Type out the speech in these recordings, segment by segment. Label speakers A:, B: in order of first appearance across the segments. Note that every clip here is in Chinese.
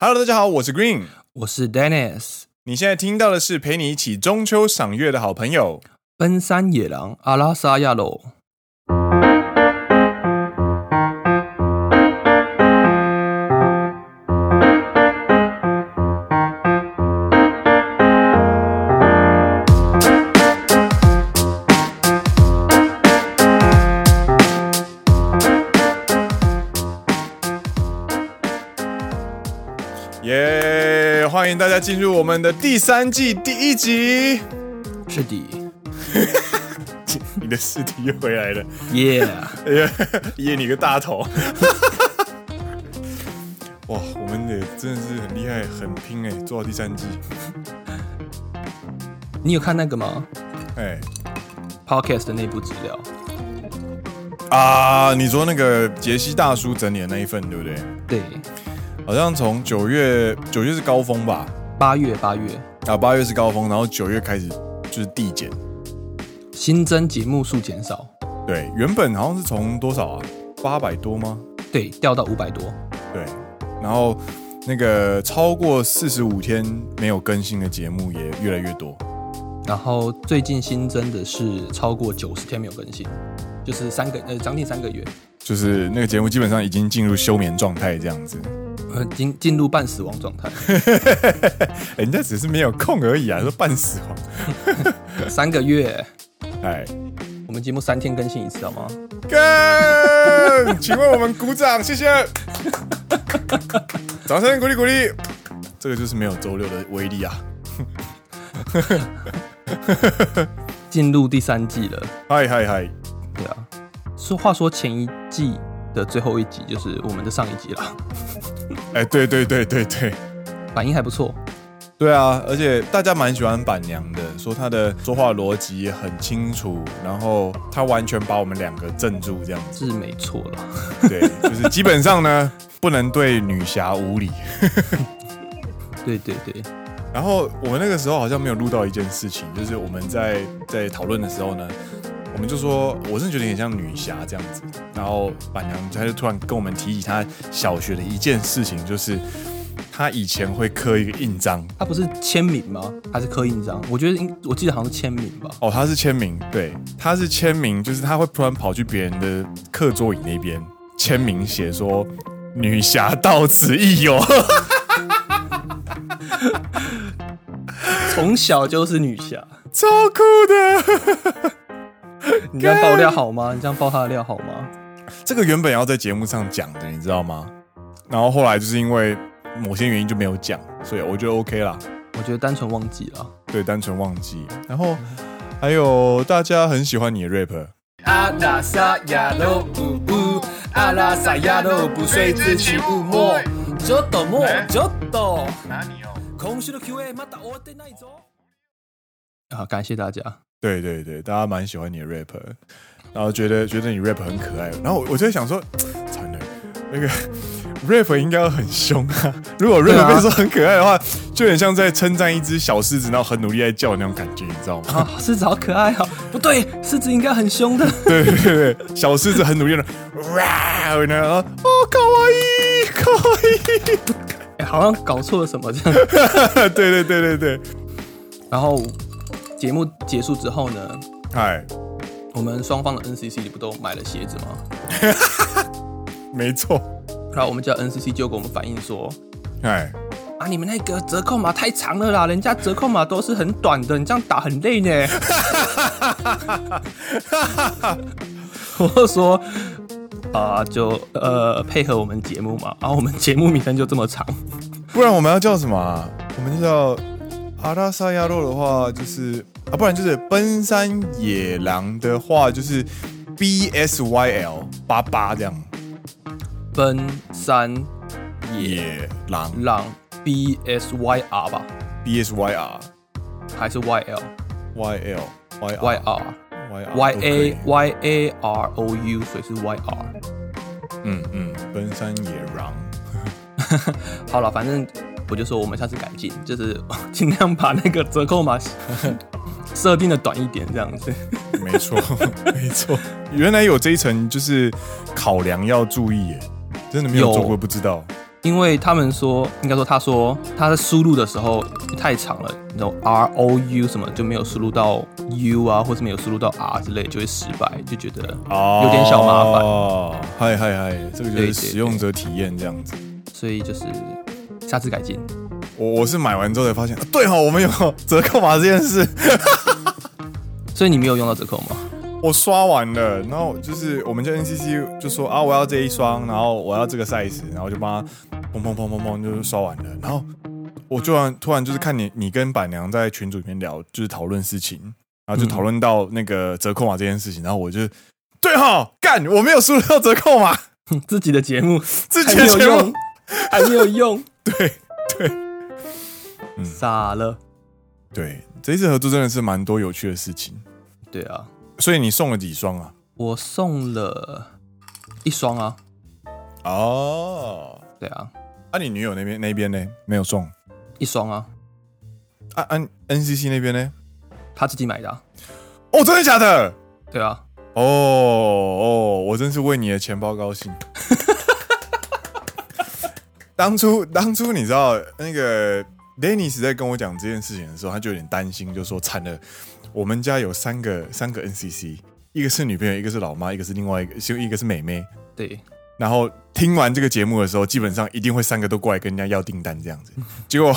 A: Hello，大家好，我是 Green。
B: 我是 Dennis。
A: 你现在听到的是陪你一起中秋赏月的好朋友。
B: 奔山野狼阿拉萨亚罗，
A: 耶、欢迎大家进入我们的第三季第一集。
B: 是的
A: 你的尸体又回来了，
B: ，Yeah，
A: 哎呀，噎你个大头！ 哇，我们也真的是很厉害，很拼哎、做到第三季，
B: 你有看那个吗
A: 哎、
B: ？Podcast 的内部资料，
A: 啊，你说那个杰西大叔整理的那一份对不对？
B: 对，
A: 好像从九月，九月是高峰吧？
B: 八月八月
A: 啊，八月是高峰，然后九月开始就是递减。
B: 新增节目数减少，
A: 对，原本好像是从多少啊，八百多吗？
B: 对，掉到五百多，
A: 对，然后那个超过四十五天没有更新的节目也越来越多。
B: 然后最近新增的是超过九十天没有更新，就是三个呃将近三个月，
A: 就是那个节目基本上已经进入休眠状态这样子，
B: 呃进进入半死亡状态，
A: 人哎家只是没有空而已啊，说半死亡。
B: 三个月，
A: 哎，
B: 我们节目三天更新一次好吗？
A: 更，请为我们鼓掌，谢谢， 掌声鼓励鼓励。这个就是没有周六的威力啊！
B: 进入第三季了。
A: 嗨嗨嗨，
B: 对啊，说话说前一季的最后一集就是我们的上一集了，
A: 哎，对对对对对。
B: 反应还不错。
A: 对啊，而且大家蛮喜欢板娘的，说她的说话逻辑很清楚，然后她完全把我们两个镇住，这样子。
B: 是没错了，
A: 对，就是基本上呢，不能对女侠无礼。
B: 对对对，
A: 然后我们那个时候好像没有录到一件事情，就是我们在在讨论的时候呢，我们就说，我真的觉得很像女侠这样子。然后板娘她就突然跟我们提起她小学的一件事情，就是她以前会刻一个印章，
B: 他不是签名吗？还是刻印章？我觉得应，我记得好像是签名吧。
A: 哦，他是签名，对，他是签名，就是他会突然跑去别人的课桌椅那边签名，写说“女侠到此一游
B: 从小就是女侠，”，
A: 超酷的。
B: 你这样爆料好吗？你这样爆他的料好吗？
A: 这个原本要在节目上讲的，你知道吗？然后后来就是因为某些原因就没有讲，所以我觉得 OK 啦。
B: 我觉得单纯忘记了。
A: 对，单纯忘记。然后还有大家很喜欢你的 rap，
C: 阿拉萨亚罗布布，阿拉萨亚罗布，水之曲不末。
B: ちょっともうちょっと
C: 哎哪里哦？
B: 今週の Q&A また終わってないぞ。啊，感谢大家。
A: 对对对，大家蛮喜欢你的 rap，然后觉得觉得你 rap 很可爱，然后我我就在想说，惨了，那个 rap 应该要很凶啊，如果
B: 对啊
A: rap 被说很可爱的话，就很像在称赞一只小狮子，然后很努力在叫那种感觉，你知道吗？
B: 啊，狮子好可爱啊！不对，狮子应该很凶的。
A: 对对对对，小狮子很努力的，哇，然后哦，卡哇伊，卡哇
B: 哎好像搞错了什么这样。
A: 伊， 对对对对对，
B: 然后节目结束之后呢，
A: 哎，
B: 我们双方的 NCC 不都买了鞋子吗？
A: 没错，
B: 然后我们叫 NCC 就给我们反映说，
A: 哎，
B: 啊，你们那个折扣码太长了啦，人家折扣码都是很短的，你这样打很累呢。 我就说，啊、就呃配合我们节目嘛，啊然、后我们节目名称就这么长，
A: 不然我们要叫什么啊、我们就叫阿拉萨亚洛的话，就是啊，不然就是奔山野狼的话，就是 B S Y L 八八这样。
B: 奔山
A: 野狼
B: 浪 B S Y R 吧，
A: B S Y R
B: 还是 Y L
A: Y L Y R
B: Y R
A: Y R
B: Y
A: 啊都可
B: A
A: 以
B: Y A R O U，所以是 Y R。
A: 嗯嗯，奔山野狼。
B: 好了，反正我就说我们下次改进，就是 尽量把那个折扣 码设定的短一点，这样子。
A: 没错， 没错，原来有这一层就是考量要注意耶，真的没有
B: 有
A: 做过不知道。
B: 因为他们说，应该说他说他在输入的时候太长了，你知道 R O U 什么就没有输入到 U 啊，或是没有输入到 R 之类，就会失败，就觉得
A: 哦
B: 有点小麻烦
A: 哦，嗨嗨嗨，这个就
B: 对对
A: 是使用者体验这样子。
B: 所以就是下次改进。
A: 我我是买完之后才发现，啊对哈、哦，我们有折扣码这件事。
B: 所以你没有用到折扣吗？
A: 我刷完了，然后就是我们叫 NCC 就说啊，我要这一双，然后我要这个 size，然后就帮他砰砰砰砰砰就是刷完了，然后我就突然突然就是看你你跟板娘在群组里面聊，就是讨论事情，然后就
B: 嗯
A: 讨论到那个折扣码这件事情，然后我就对哈，干我没有输入到折扣码，
B: 自己的节目
A: 之
B: 还
A: 前
B: 没有
A: 全部
B: 用，还没有用，
A: 对
B: 傻了。
A: 对，这一次合作真的是蛮多有趣的事情，
B: 对啊，
A: 所以你送了几双啊？
B: 我送了一双啊，
A: 哦，
B: 对啊，
A: 啊，你女友那边那边呢没有送？
B: 一双啊，
A: 啊啊，NCC 那边呢？
B: 他自己买的、啊，
A: 哦，真的假的？
B: 对啊，
A: 哦哦，我真是为你的钱包高兴。 当初当初你知道那个 Dennis 在跟我讲这件事情的时候，他就有点担心，就说惨了，我们家有三个三个 NCC，一个是女朋友，一个是老妈，一个是另外一个，就一个是妹妹。
B: 对，
A: 然后听完这个节目的时候，基本上一定会三个都过来跟人家要订单这 样子。结果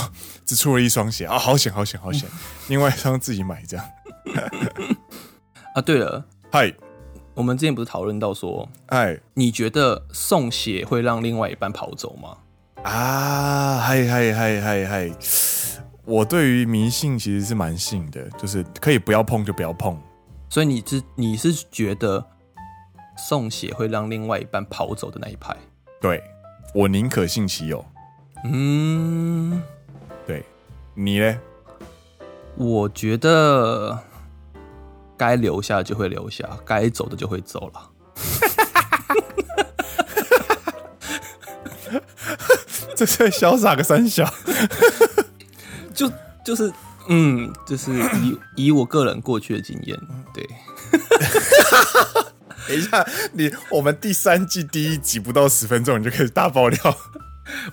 A: 只出了一双鞋啊，好险好险好险！另外一双自己买这 样。
B: 啊，对了，
A: 嗨
B: 我们之前不是讨论到说，
A: 嗨
B: 你觉得送血会让另外一半跑走吗？
A: 啊，嗨嗨嗨嗨嗨！我对于迷信其实是蛮信的，就是可以不要碰就不要碰。
B: 所以你是你是觉得送血会让另外一半跑走的那一派？
A: 对我宁可信其有。
B: 嗯，
A: 对你嘞？
B: 我觉得该留下就会留下，该走的就会走了。
A: 这是潇洒个三小。
B: 就就是嗯，就是以以我个人过去的经验，
A: 嗯
B: 对，
A: 等一下，你我们第三季第一集不到十分钟，你就开始大爆料。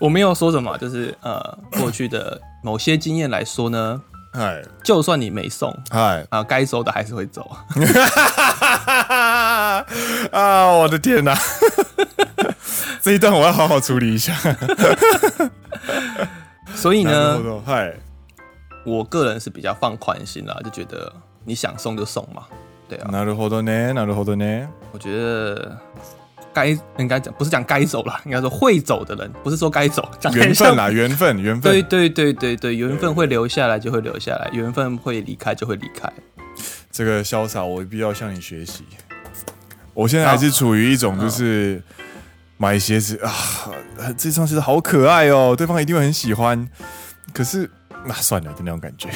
B: 我没有说什么，就是呃，过去的某些经验来说呢，
A: 嗨
B: 就算你没送
A: 嗨，
B: 啊，该走的还是会走。
A: 啊！我的天哪、 这一段我要好好处理一下。
B: 所以
A: 然
B: 呢
A: 后，说嗨，
B: 我个人是比较放宽心啦，就觉得你想送就送嘛，对啊，
A: なるほどね，なるほど ね。
B: 我觉得。该应该讲不是讲该走啦，应该说会走的人，不是说该走，讲得
A: 缘分
B: 像
A: 啦，缘分，缘
B: 对
A: 分。
B: 对对对对，缘分会留下来就会留下来，缘分会离开就会离开。
A: 这个潇洒，我必须要向你学习。我现在还是处于一种就是
B: 啊
A: 买鞋子啊，这双鞋子好可爱哦，对方一定会很喜欢。可是那、算了的那种感觉。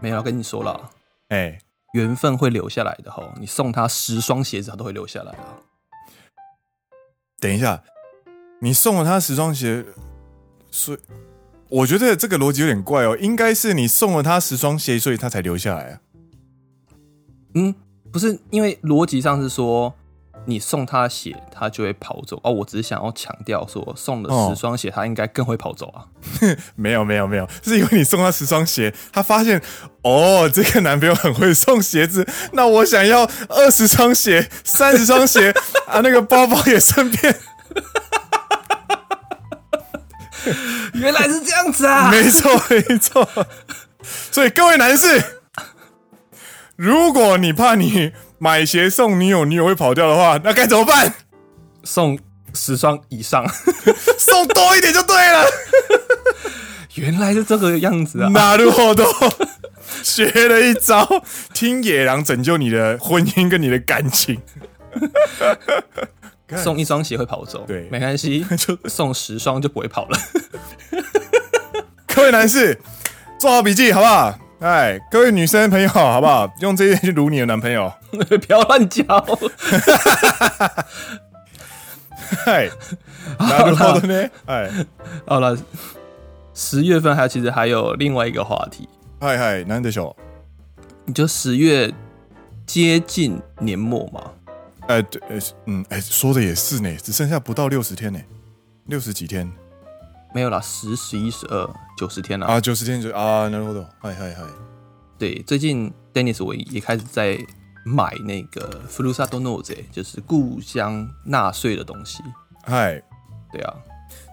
B: 没有我跟你说了，
A: 哎、
B: 缘分会留下来的吼，你送他十双鞋子，他都会留下来啊。
A: 等一下，你送了他十双鞋，所以我觉得这个逻辑有点怪哦，应该是你送了他十双鞋，所以他才留下来啊。
B: 嗯，不是，因为逻辑上是说你送他鞋，他就会跑走。哦，我只是想要强调说，送了
A: 哦
B: 十双鞋，他应该更会跑走啊。
A: 没有没有没有，是因为你送他十双鞋，他发现哦，这个男朋友很会送鞋子，那我想要二十双鞋、三十双鞋 啊，那个包包也顺便，
B: 原来是这样子 啊！
A: 没错没错。所以各位男士，如果你怕你买鞋送女友，女友会跑掉的话，那该怎么办？
B: 送十双以上，
A: 送多一点就对 了。
B: 原来是这个样子啊！
A: 哪路后都 学了一招，听野狼拯救你的婚姻跟你的感情。 干
B: 送一双鞋会跑走，
A: 对
B: 没关 系，送十双就不会跑了。
A: 各位男士，做好笔记好不好？哎，各位女生朋友，好不好？用这一点去撸你的男朋友。
B: 不要乱教。
A: 嗨，哪路哎后的呢？哎，
B: 好了，十月份还其实还有另外一个话题，
A: 嗨嗨，なんでしょ
B: 你就十月接近年末嘛，
A: う？哎，对，哎，嗯，哎，说的也是呢，只剩下不到六十天呢，六十几天。
B: 没有啦，十、十一、十二、九十天啦。
A: 啊あ、九十天就あ、なるほど。はいはいはい。
B: 对，最近 Dennis 我也开始在买那个 f l u s a d o n o z e 就是故乡纳税的东西。
A: はい。
B: 对啊，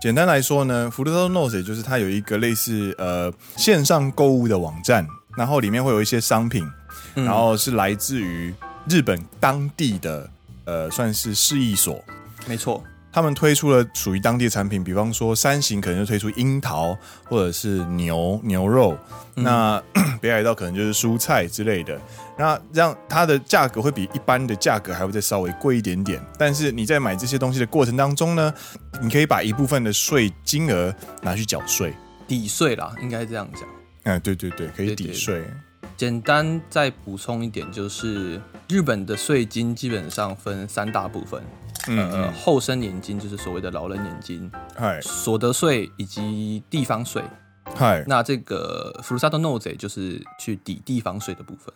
A: 简单来说呢 f o o d o n o t e 就是它有一个类似呃线上购物的网站，然后里面会有一些商品，然后是来自于日本当地的呃算是市役所，
B: 没错，
A: 他们推出了属于当地的产品，比方说山形可能就推出樱桃或者是牛牛肉，那 北海道可能就是蔬菜之类的。那让它的价格会比一般的价格还会再稍微贵一点点，但是你在买这些东西的过程当中呢，你可以把一部分的税金额拿去缴税。
B: 抵税啦，应该这样讲。
A: 嗯，对对对，可以
B: 对对
A: 抵
B: 对
A: 税。
B: 简单再补充一点，就是日本的税金基本上分三大部分，
A: 嗯
B: 呃，
A: 嗯，
B: 后生年金就是所谓的老人年金、
A: 嗨
B: 所得税以及地方税。
A: 嗨
B: 那这个 f r u s a t o n o z e 就是去抵地方税的部分。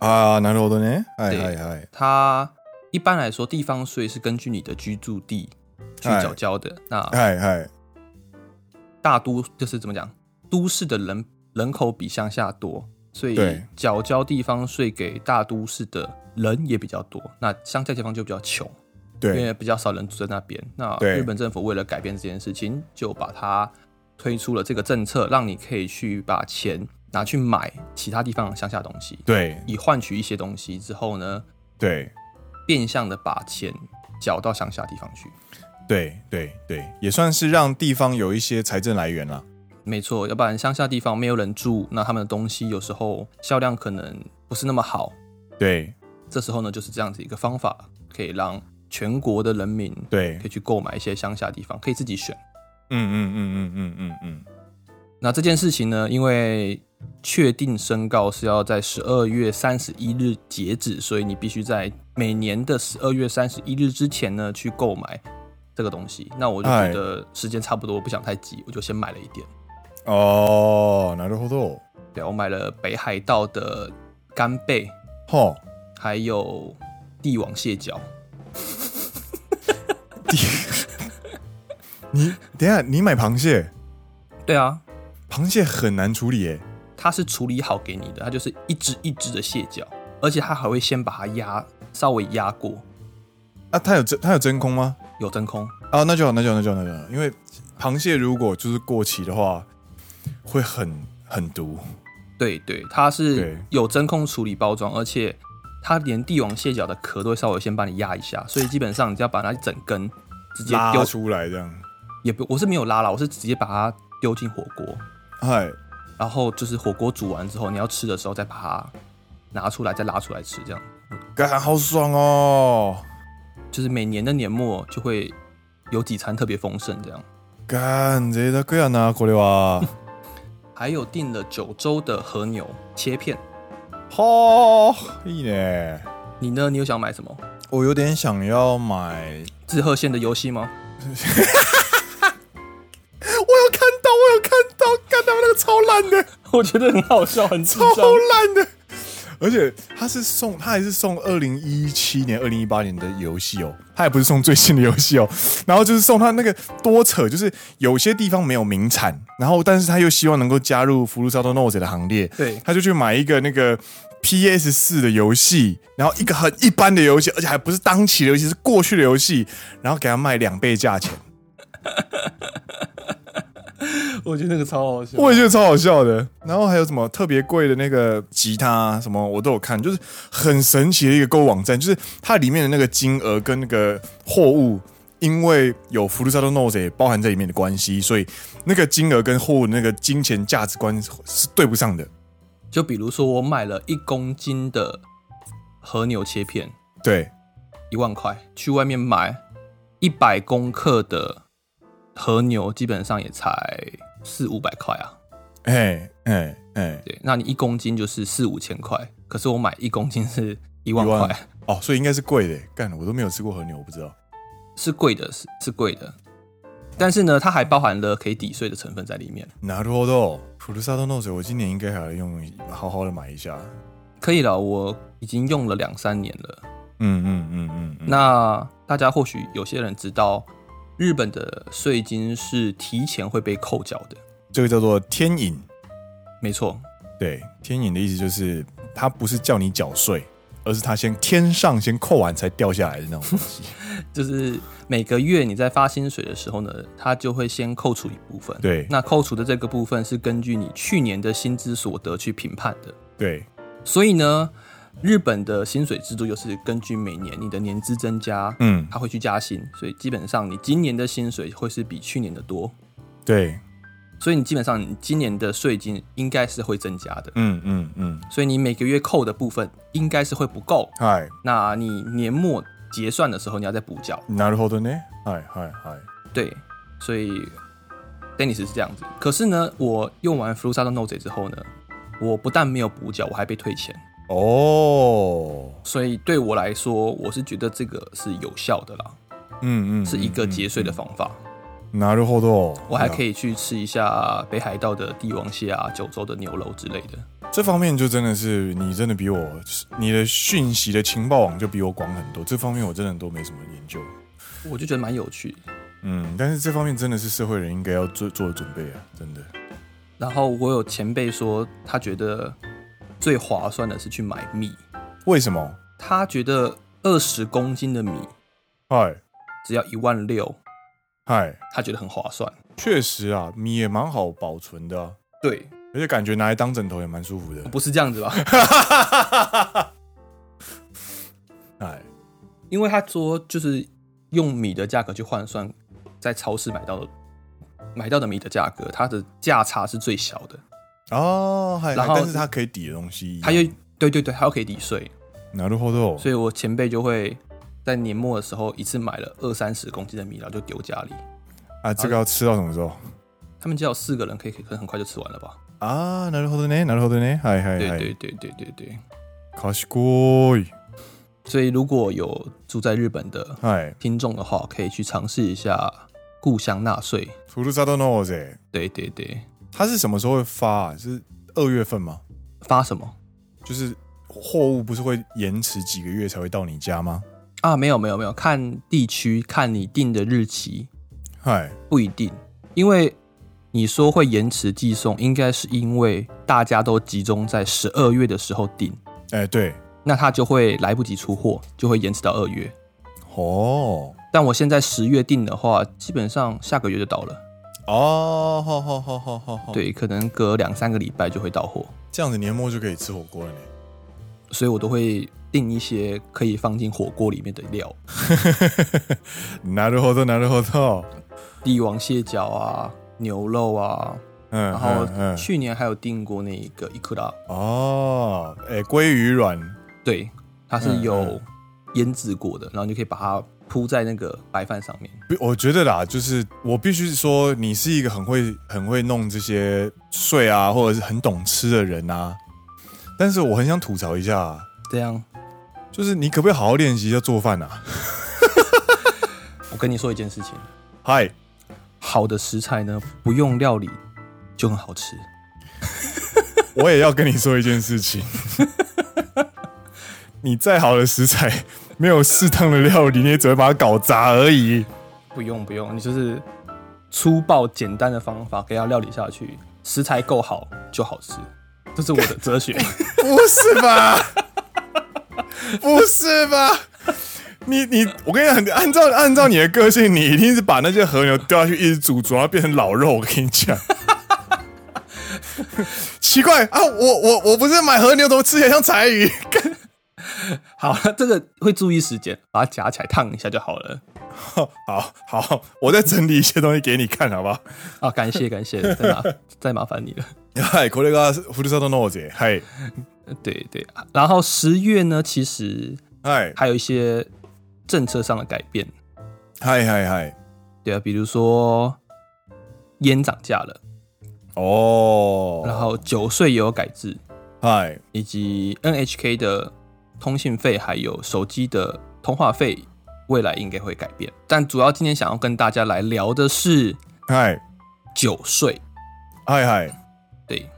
A: 啊，なるほどね。嗨
B: 对
A: 嗨嗨，
B: 它一般来说，地方税是根据你的居住地去
A: 哎
B: 缴交的。那
A: 嗨嗨，
B: 大都就是怎么讲，都市的人人口比乡下多，所以
A: 对
B: 缴交地方税给大都市的人也比较多。那乡下地方就比较穷，因
A: 对
B: 为比较少人住在那边。那
A: 对
B: 日本政府为了改变这件事情，就把它推出了这个政策，让你可以去把钱拿去买其他地方的乡下东西，
A: 对
B: 以换取一些东西之后呢，
A: 对
B: 变相的把钱缴到乡下地方去。
A: 对对对，也算是让地方有一些财政来源啦。
B: 没错，要不然乡下地方没有人住，那他们的东西有时候销量可能不是那么好。
A: 对
B: 这时候呢，就是这样子一个方法，可以让全国的人民
A: 对
B: 可以，去购买一些乡下地方，可以自己选。
A: 嗯嗯嗯嗯嗯嗯
B: 那这件事情呢，因为确定申告是要在十二月三十一日截止，所以你必须在每年的十二月三十一日之前呢去购买这个东西。那我就
A: 哎
B: 觉得时间差不多，我不想太急，我就先买了一点。
A: 嗯，哦，なるほど。
B: 对，我买了北海道的干贝，
A: 吼，
B: 还有帝王蟹脚。
A: 你等一下你买螃蟹，
B: 对啊，
A: 螃蟹很难处理耶。
B: 它是处理好给你的，它就是一只一只的蟹脚，而且它还会先把它压稍微压过，
A: 啊，它有真它有真空吗？
B: 有真空。
A: 啊，那就好，那就好，那就好，那就好。因为螃蟹如果就是过期的话，会很很毒。
B: 对对，它
A: 对
B: 是有真空处理包装，而且它连帝王蟹脚的壳都会稍微先帮你压一下，所以基本上你只要把它一整根直接
A: 拉
B: 丢，
A: 出来这样。
B: 也不我是没有拉啦，我是直接把它丢进火锅，
A: 嗨，
B: 然后就是火锅煮完之后，你要吃的时候再把它拿出来，再拉出来吃，这样。
A: 干好爽哦！
B: 就是每年的年末就会有几餐特别丰盛这样。
A: 干这だけやなこれは。
B: 还有订了九州的和牛切片，
A: 吼，いいね。
B: 你呢？你有想买什么？
A: 我有点想要买
B: 志贺县的游戏吗？
A: 我有看到，我有看到，看到那个超烂的，
B: 我觉得很好笑，很智
A: 超烂的。而且他是送，他还是送二零一七年、二零一八年的游戏哦，他也不是送最新的游戏哦。然后就是送他那个多扯，就是有些地方没有名产，然后但是他又希望能够加入福禄萨多诺 e 的行列，
B: 对
A: 他就去买一个那个 PS 四的游戏，然后一个很一般的游戏，而且还不是当期的游戏，是过去的游戏，然后给他卖两倍价钱，
B: 我觉得那个超好笑。
A: 我也觉得超好笑的。然后还有什么特别贵的那个吉他、啊、什么，我都有看，就是很神奇的一个购物网站，就是它里面的那个金额跟那个货物。因为有福禄萨多 notes 也包含在里面的关系，所以那个金额跟货物的那个金钱价值观是对不上的。
B: 就比如说我买了一公斤的和牛切片，
A: 对，
B: 一万块，去外面买一百公克的和牛，基本上也才四五百块啊。
A: 哎哎哎，
B: 对，那你一公斤就是四五千块，可是我买一公斤是一
A: 一
B: 万
A: 万
B: 块，
A: 哦，所以应该是贵的。干，我都没有吃过和牛，我不知道。
B: 是贵的，是是贵的。但是呢，它还包含了可以抵税的成分在里面，
A: 拿多豆，福禄萨多 notes 我今年应该还要用好好的买一下。
B: 可以了。我已经用了两三年了。
A: 嗯嗯嗯嗯嗯，
B: 那大家或许有些人知道，日本的税金是提前会被扣缴的，
A: 这个叫做天引。
B: 没错，
A: 对，天引的意思就是它不是叫你缴税，而是它先天上先扣完才掉下来的那种 东西。
B: 就是每个月你在发薪水的时候呢，它就会先扣除一部分。
A: 对
B: 那扣除的这个部分是根据你去年的薪资所得去评判的。
A: 对，
B: 所以呢，日本的薪水制度又是根据每年你的年资增加，
A: 嗯，
B: 它会去加薪，所以基本上你今年的薪水会是比去年的多，
A: 对，
B: 所以你基本上你今年的税金应该是会增加的，
A: 嗯嗯嗯，
B: 所以你每个月扣的部分应该是会不够，
A: 嗨，
B: 那你年末结算的时候你要再补缴，
A: なるほどね。嗨嗨嗨，
B: 对，所以 Dennis 是这样子。可是呢，我用完 f l u s a d o Note 之后呢，我不但没有补缴，我还被退钱，
A: 哦，
B: 所以对我来说，我是觉得这个是有效的啦，
A: 嗯嗯，嗯
B: 是一个节税的方法。
A: なるほど。
B: 我还可
A: 以，
B: 以去吃一下北海道的帝王蟹啊、九州的牛肉之类的。
A: 这方面就真的是你真的比我，你的讯息的情报网就比我广很多。这方面我真的都没什么研究。
B: 我就觉得蛮有趣的。
A: 嗯，但是这方面真的是社会人应该要做做的准备啊，真的。
B: 然后我有前辈说，他觉得最划算的是去买米，
A: 为什么？
B: 他觉得二十公斤的米
A: 嗨
B: 只要一万六，
A: 嗨，
B: 他觉得很划算。
A: 确实啊，米也蛮好保存的、啊，
B: 对，
A: 而且感觉拿来当枕头也蛮舒服的。
B: 不是这样子吧？
A: 哎，
B: 因为他说就是用米的价格去换算，在超市买到的买到的米的价格，它的价差是最小的。
A: 哦，嗨，
B: 然后
A: 但是它可以抵的东西一样，
B: 他又对对对，他又可以抵税，
A: 拿入后头，
B: 所以我前辈就会在年末的时候一次买了二三十公斤的米，然后就丢家里。
A: 啊，这个要吃到什么时候？
B: 他们家有四个人，可以可能很快就吃完了吧？
A: 啊，なるほどね，なるほどね，嗨嗨
B: 对
A: 嗨
B: 对，对对对对。
A: 賢い，
B: 所以如果有住在日本的
A: 嗨，
B: 听众的话，可以去尝试一下故乡纳税。
A: ふるさと納税，
B: 对对对，
A: 它是什么时候会发、啊？是二月份吗？
B: 发什么
A: 就是货物不是会延迟几个月才会到你家吗？
B: 啊？没有没有没有，看地区，看你定的日期
A: 嗨，
B: 不一定，因为你说会延迟寄送，应该是因为大家都集中在十二月的时候订，
A: 哎，对，
B: 那它就会来不及出货，就会延迟到二月。
A: 哦，
B: 但我现在十月订的话，基本上下个月就到了。
A: 哦，好好好好好好，，
B: 对，可能隔两三个礼拜就会到货，
A: 这样子年末就可以吃火锅了呢。
B: 所以我都会订一些可以放进火锅里面的料，
A: なるほど，なるほど。
B: 帝王蟹脚啊、牛肉啊，
A: 嗯，
B: 然
A: 嗯
B: 后
A: 嗯
B: 去年还有订过那个伊库拉，
A: 哦，哎、鲑鱼卵，
B: 对，它是
A: 嗯
B: 有
A: 嗯
B: 腌制过的，然后你就可以把它铺在那个白饭上面。
A: 不我觉得啦，就是我必须说，你是一个很会、很会弄这些税啊，或者是很懂吃的人啊。但是我很想吐槽一下，啊
B: 这样，
A: 就是你可不可以好好练习一下做饭啊？
B: 我跟你说一件事情，
A: 嗨，
B: 好的食材呢，不用料理就很好吃。
A: 我也要跟你说一件事 情，你再好的食材，没有适当的料理，你也只会把它搞砸而已。
B: 不用不用，你就是粗暴简单的方法给它料理下去，食材够好就好吃，这是我的哲 学。
A: 不是吧？ 不是吧？你你，我跟你讲，你按照按照你的个性，你一定是把那些和牛丢下去，一直煮，煮到变成老肉。我跟你 讲，奇怪啊，我我我不是买和牛，怎么吃起来像柴鱼？
B: 好了，这个会注意时间，把它夹起来烫一下就好了。
A: 好好，我再整理一些东西给你看，好不 好？
B: 啊，感谢感谢，再麻再麻烦你了。
A: 嗨，これがふるさと納税。嗨
B: 对对，然后十月呢，其实
A: 嗨
B: 还有一些政策上的改变，
A: 嗨嗨嗨，
B: 对啊，比如说烟涨价了，然
A: 哦，
B: 后酒税也有改制，
A: 嗨
B: 以及 NHK 的通信费还有手机的通话费，未来应该会改变。但主要今天想要跟大家来聊的是
A: 嗨
B: 酒税。
A: 嗨嗨，
B: 对，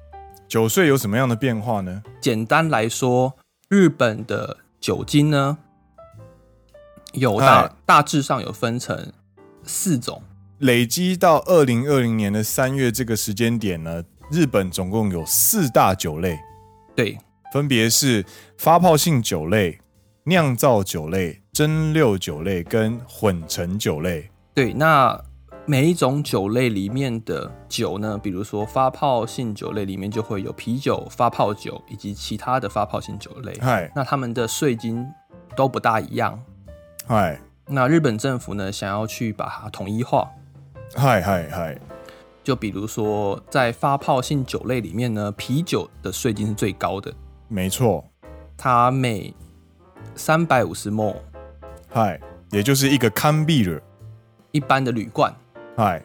A: 酒税有什么样的变化呢？
B: 简单来说，日本的酒精呢，有
A: 哎
B: 大大致上有分成四种，
A: 累积到二零二零年的三月这个时间点呢，日本总共有四大酒类，
B: 对，
A: 分别是发泡性酒类、酿造酒类、蒸馏酒类跟混成酒类。
B: 对，那每一种酒类里面的酒呢，比如说发泡性酒类里面就会有啤酒、发泡酒以及其他的发泡性酒类，
A: 嗨
B: 那它们的税金都不大一样。
A: 嗨
B: 那日本政府呢，想要去把它统一化，
A: 嗨嗨嗨，
B: 就比如说在发泡性酒类里面呢，啤酒的税金是最高的，
A: 没错，
B: 它每三百五十 m
A: 嗨，也就是一个堪比了，
B: 一般的铝罐，
A: 嗨。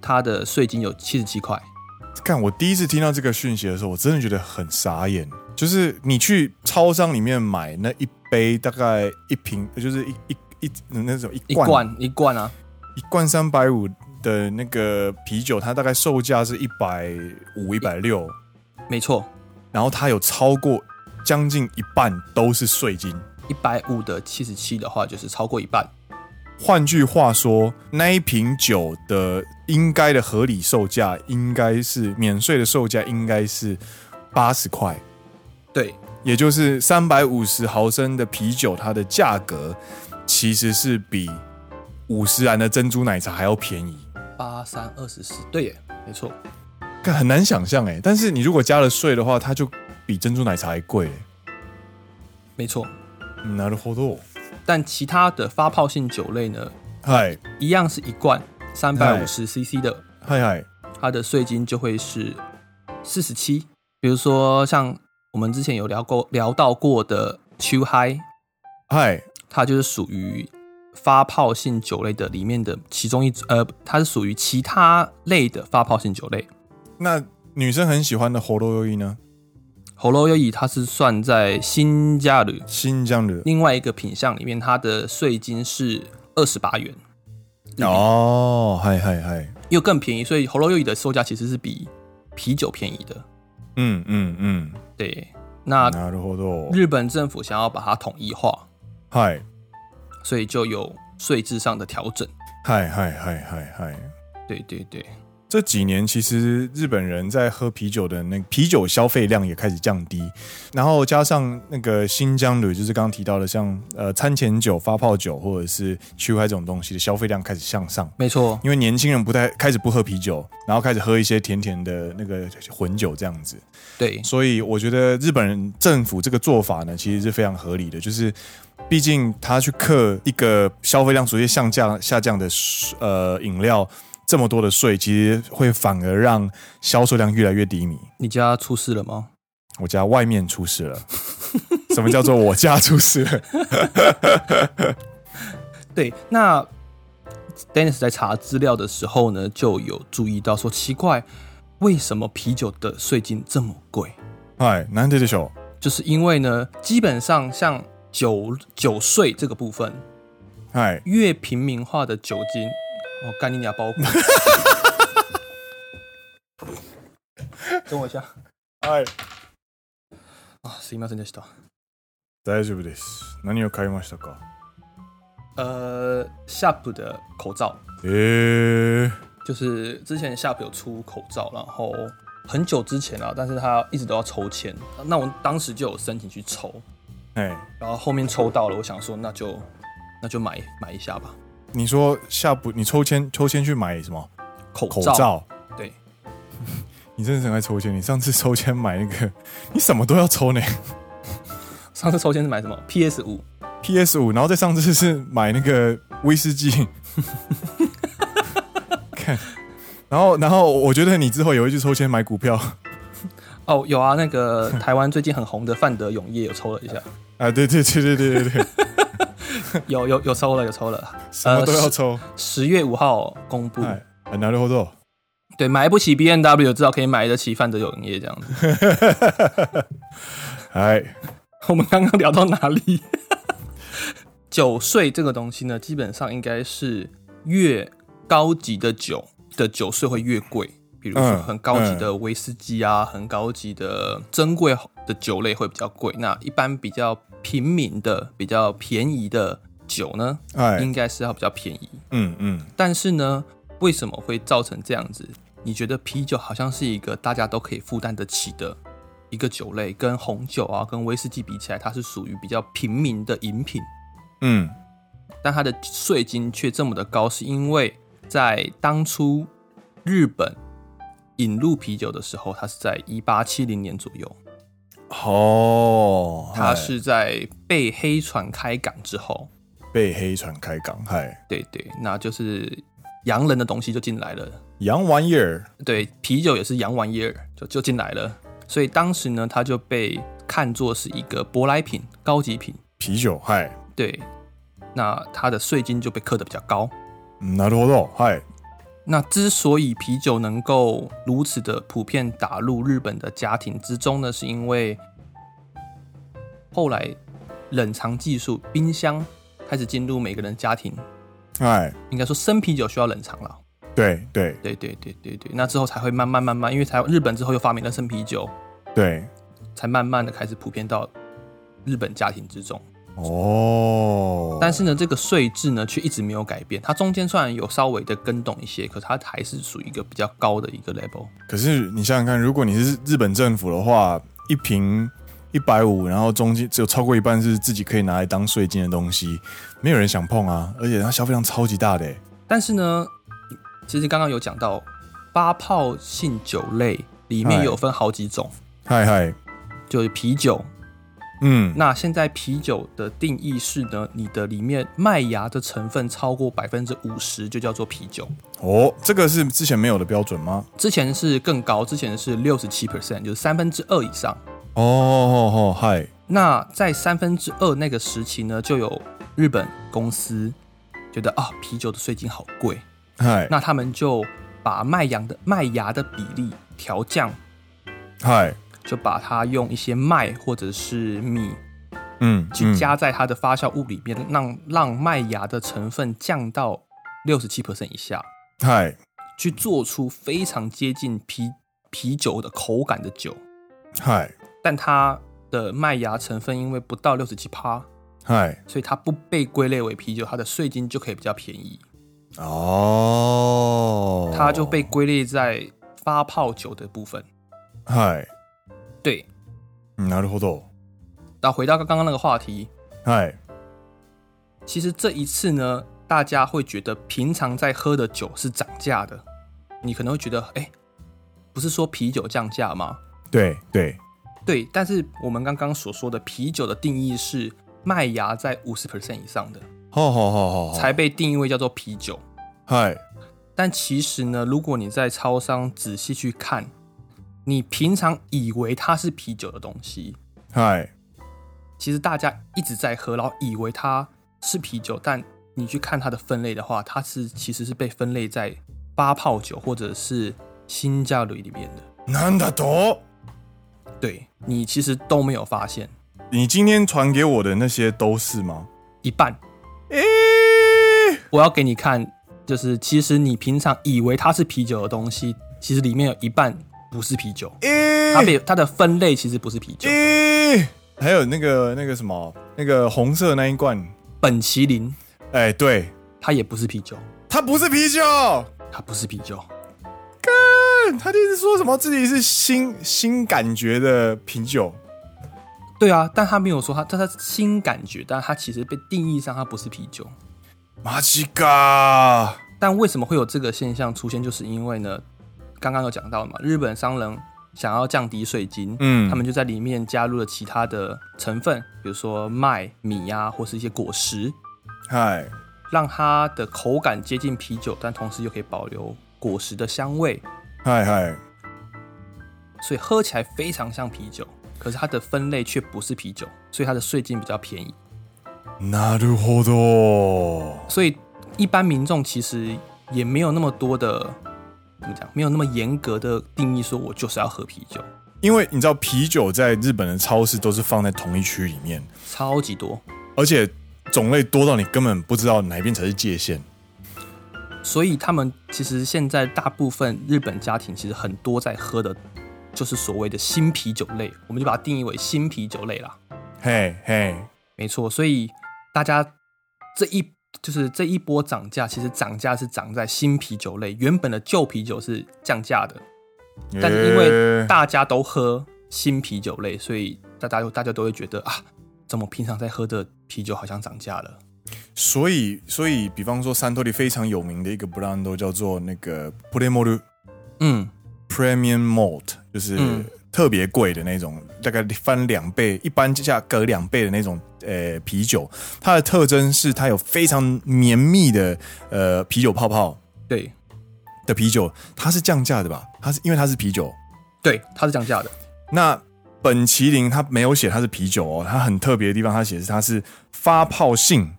B: 它的税金有七十七块。
A: 看，我第一次听到这个讯息的时候，我真的觉得很傻眼。就是你去超商里面买那一杯，大概一瓶，就是一一一那种一
B: 一
A: 罐
B: 罐一罐啊，
A: 一罐三百五的那个啤酒，它大概售价是一百五、一百六，
B: 没错，
A: 然后它有超过将近一半都是税金。
B: 一百五的七十七的话，就是超过一半。
A: 换句话说，那一瓶酒的应该的合理售价应该是免税的售价应该是八十块，
B: 对，
A: 也就是三百五十毫升的啤酒，它的价格其实是比五十元的珍珠奶茶还要便宜。
B: 八三二十四，对耶，没错。
A: 干很难想象哎，但是你如果加了税的话，它就比珍珠奶茶还贵欸。
B: 没错，
A: 嗯なるほど。
B: 但其他的发泡性酒类呢，
A: 嗨
B: 一样是一罐三百五十 CC 的，
A: 嗨嗨，
B: 它的税金就会是四十七。比如说像我们之前有聊过聊到过的秋嗨，
A: 嗨
B: 它就是属于发泡性酒类的里面的其中一种呃，它是属于其他类的发泡性酒类。
A: 那女生很喜欢的喉咙优衣呢？
B: 喉咙优以它是算在新加入
A: 新疆的
B: 另外一个品项里面，它的税金是二十八元，
A: 哦，嗨嗨嗨，
B: 又更便宜，所以喉咙优以的售价其实是比啤酒便宜的。
A: 嗯嗯嗯，
B: 对，那
A: なるほど。
B: 日本政府想要把它统一化，
A: 嗨
B: 所以就有税制上的调整。
A: 嗨嗨嗨嗨嗨。
B: 对对对，
A: 这几年其实日本人在喝啤酒的那个啤酒消费量也开始降低，然后加上那个新疆旅，就是刚刚提到的像呃餐前酒、发泡酒或者是曲海这种东西的消费量开始向上，
B: 没错，
A: 因为年轻人不太开始不喝啤酒，然后开始喝一些甜甜的那个混酒这样子，
B: 对
A: 所以我觉得日本人政府这个做法呢，其实是非常合理的，就是。毕竟他去克一个消费量逐渐下降下降的呃饮料这么多的税，其实会反而让销售量越来越低迷。
B: 你家出事了吗？
A: 我家外面出事了， 什么叫做我家出事了？
B: 对，那 Dennis 在查资料的时候呢，就有注意到说，奇怪，为什么啤酒的税金这么贵？
A: 哎，难得的手，
B: 就是因为呢，基本上像酒酒税这个部分，
A: 哎，
B: 越平民化的酒精，我、干你俩包裹。 等我一下
A: 哎，
B: 啊，すみませんでした。
A: 大丈夫です。何を買いましたか？
B: 呃，Sharp 的口罩，
A: えー、
B: 就是之前 Sharp 有出口罩，然后很久之前啊，但是他一直都要抽签，那我当时就有申请去抽，
A: 哎，
B: 然后后面抽到了，我想说那就那就买买一下吧，
A: 你说下不？你抽签抽签去买什么
B: 口
A: 口
B: 罩，
A: 罩？
B: 对，
A: 你真的是很爱抽签。你上次抽签买那个， 你什么都要抽呢
B: 上次抽签是买什么？PS 五。
A: ？PS 五，然后再上次是买那个威士忌。 看，然后然后我觉得你之后也会去抽签买股票
B: 哦，有啊，那个台湾最近很红的范德永业有抽了 一下，
A: 啊！对对对对对对 对，
B: 有有有抽了，有抽了。
A: 什么都要抽。
B: 十月五号公布，
A: 哎，啊拿了后头。
B: 对，买不起 B N W，至少可以买得起范德永业这样子。
A: 哎，
B: 我们刚刚聊到哪 里？酒税这个东西呢，基本上应该是越高级的酒的酒税会越贵，比如说
A: 嗯
B: 很高级的威士忌啊，很高级的珍贵的酒类会比较贵。那一般比较平民的、比较便宜的酒呢，
A: 哎
B: 应，该是要比较便宜。
A: 嗯嗯，
B: 但是呢，为什么会造成这样子？你觉得啤酒好像是一个大家都可以负担得起的一个酒类，跟红酒啊、跟威士忌比起来，它是属于比较平民的饮品，
A: 嗯，
B: 但它的税金却这么的高，是因为在当初日本引入啤酒的时候，它是在一八七零年左右，
A: 哦，
B: 它
A: 嗨
B: 是在被黑船开港之后，
A: 哎被黑船开港，嗨，
B: 对对，那就是洋人的东西就进来了。
A: 洋玩意儿，
B: 对，啤酒也是洋玩意儿，就就进来了。所以当时呢，它就被看作是一个舶来品、高级品。
A: 啤酒，嗨，
B: 对，那它的税金就被课得比较高。
A: 嗯なるほど，嗨，
B: 那之所以啤酒能够如此的普遍打入日本的家庭之中呢，是因为后来冷藏技术、冰箱开始进入每个人家庭。
A: 嗨，
B: 应该说生啤酒需要冷藏了，
A: 对对
B: 对对对对对，那之后才会慢慢慢慢，因为才日本之后又发明了生啤酒，
A: 对，
B: 才慢慢的开始普遍到日本家庭之中。
A: 哦，
B: 但是呢，这个税制呢却一直没有改变，它中间虽然有稍微的跟动一些，可是它还是属于一个比较高的一个 level。
A: 可是你想想看，如果你是日本政府的话，一瓶一百五，然后中间只有超过一半是自己可以拿来当税金的东西，没有人想碰啊，而且它消费量超级大的、欸，
B: 但是呢，其实刚刚有讲到发泡性酒类里面
A: 哎
B: 有分好几种，
A: 嗨嗨，
B: 就是啤酒。
A: 嗯，
B: 那现在啤酒的定义是呢，你的里面麦芽的成分超过百分之五十就叫做啤酒。
A: 哦，这个是之前没有的标准吗？
B: 之前是更高，之前是六十七 percent，就是三分之二以上。
A: 哦哦哦，嗨，
B: 那在三分之二那个时期呢，就有日本公司觉得啊，啤酒的税金好贵，
A: 嗨，
B: 那他们就把麦芽的麦芽的比例调降，
A: 嗨，
B: 就把它用一些麦或者是米
A: 嗯，
B: 去
A: 嗯，
B: 加在它的发酵物里面，让让麦芽的成分降到六十七 percent 以下，
A: 嗨
B: 去做出非常接近啤啤酒的口感的酒，
A: 嗨
B: 但它的麦芽成分因为不到六十七趴，
A: 嗨，
B: 所以它不被归类为啤酒，它的税金就可以比较便宜，
A: 哦，
B: 它就被归类在发泡酒的部分。
A: 嗨，嗯
B: 对，
A: なるほど，
B: 那回到刚刚那个话题，
A: 嗨，
B: 其实这一次呢，大家会觉得平常在喝的酒是涨价的，你可能会觉得，哎、不是说啤酒降价吗？
A: 对对，
B: 对，但是我们刚刚所说的啤酒的定义是麦芽在五十 percent 以上的
A: 好好好好，
B: 才被定义为叫做啤酒。
A: 嗨，
B: 但其实呢，如果你在超商仔细去看，你平常以为它是啤酒的东西，
A: 嗨，
B: 其实大家一直在喝，然后以为它是啤酒，但你去看它的分类的话，它是其实是被分类在发泡酒或者是新加里里面的。
A: なんだと？
B: 对你其实都没有发现，
A: 你今天传给我的那些都是吗？
B: 一半
A: 诶、
B: 我要给你看，就是其实你平常以为它是啤酒的东西，其实里面有一半不是啤酒，
A: 诶、
B: 它被它的分类其实不是啤酒，
A: 诶、还有那个那个什么，那个红色那一罐，
B: 本麒麟
A: 哎、对，
B: 它也不是啤酒。
A: 它不是啤酒，
B: 它不是啤酒，
A: 干他就是说什么自己是新新感觉的啤酒，
B: 对啊，但他没有说他，但他新感觉，但他其实被定义上它不是啤酒。
A: 马吉嘎，
B: 但为什么会有这个现象出现？就是因为呢，刚刚有讲到嘛，日本商人想要降低税金，
A: 嗯
B: 他们就在里面加入了其他的成分，比如说麦、米呀、或是一些果实，
A: 嗨，
B: 让它的口感接近啤酒，但同时又可以保留果实的香味，
A: 嗨嗨，
B: 所以喝起来非常像啤酒。可是它的分类却不是啤酒，所以它的税金比较便宜。
A: なるほど，
B: 所以一般民众其实也没有那么多的怎么讲，没有那么严格的定义说我就是要喝啤酒，
A: 因为你知道啤酒在日本的超市都是放在同一区里面，
B: 超级多。
A: 而且种类多到你根本不知道哪边才是界限。
B: 所以他们其实现在大部分日本家庭其实很多在喝的，就是所谓的新啤酒类，我们就把它定义为新啤酒类啦。
A: 嘿嘿，
B: 没错，所以大家这一就是这一波涨价，其实涨价是涨在新啤酒类，原本的旧啤酒是降价的， 但是因为
A: 耶
B: 大家都喝新啤酒类，所以大家大家都会觉得啊，怎么平常在喝的啤酒好像涨价了？
A: 所以所以，比方说山托里非常有名的一个 brand 叫做那个 p r e m o r
B: 嗯，
A: Premium Malt，就是
B: 嗯
A: 特别贵的那种，大概翻两倍，一般价格两倍的那种呃啤酒。它的特征是它有非常绵密的呃啤酒泡泡
B: 对
A: 的啤酒，它是降价的吧？它是因为它是啤酒，
B: 对，它是降价的。
A: 那本麒麟它没有写它是啤酒哦，它很特别的地方，它写是它是发泡性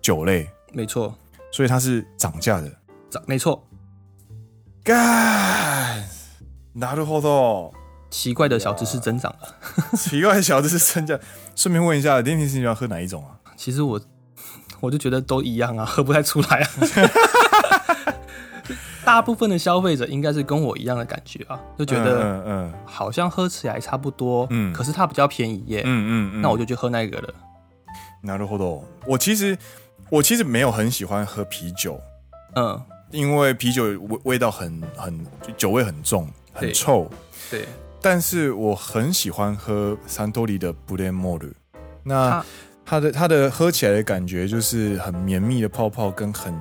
A: 酒类，
B: 没错，
A: 所以它是涨价的。
B: 涨没错。
A: 干，拿るほ ど。
B: 奇怪的小知识增长了。
A: 奇怪，小子是真的。顺便问一下，丁丁是你喜欢喝哪一种啊？
B: 其实我 我就觉得都一样啊，喝不太出来啊。 大部分的消费者应该是跟我一样的感觉啊，就觉得
A: 嗯嗯
B: 好像喝起来差不多，
A: 嗯
B: 可是它比较便宜耶，
A: 嗯嗯嗯，
B: 那我就去喝那个了。
A: 拿るほど。我其实我其实没有很喜欢喝啤酒，
B: 嗯，
A: 因为啤酒味味道很很酒味很重，很
B: 对
A: 臭。
B: 对，
A: 但是我很喜欢喝山多里的布列莫鲁。那它
B: 它
A: 的它的喝起来的感觉就是很绵密的泡泡跟很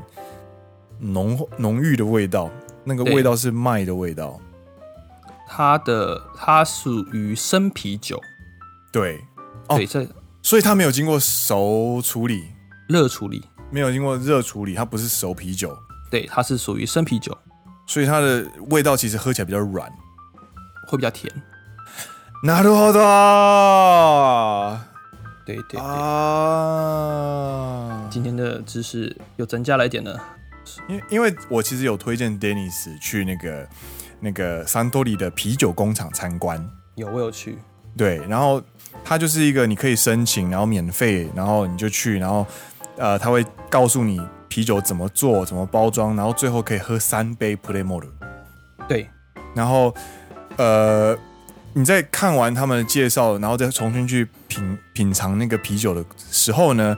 A: 浓浓郁的味道，那个
B: 对
A: 味道是麦的味道。
B: 它的它属于生啤酒，
A: 对，哦
B: 对，这
A: 所以它没有经过熟处理，
B: 热处理，
A: 没有经过热处理，它不是熟啤酒，
B: 对，它是属于生啤酒，
A: 所以它的味道其实喝起来比较软。
B: 会比较甜。
A: なるほど
B: 对对对，
A: 啊！
B: 今天的知识又增加了一点呢。
A: 因因为我其实有推荐 Dennis 去那个那个山多里的啤酒工厂参观，
B: 有我有去，
A: 对，然后它就是一个你可以申请，然后免费，然后你就去，然后呃，他会告诉你啤酒怎么做、怎么包装，然后最后可以喝三杯 Play Mode。
B: 对，
A: 然后呃，你在看完他们的介绍，然后再重新去品品尝那个啤酒的时候呢，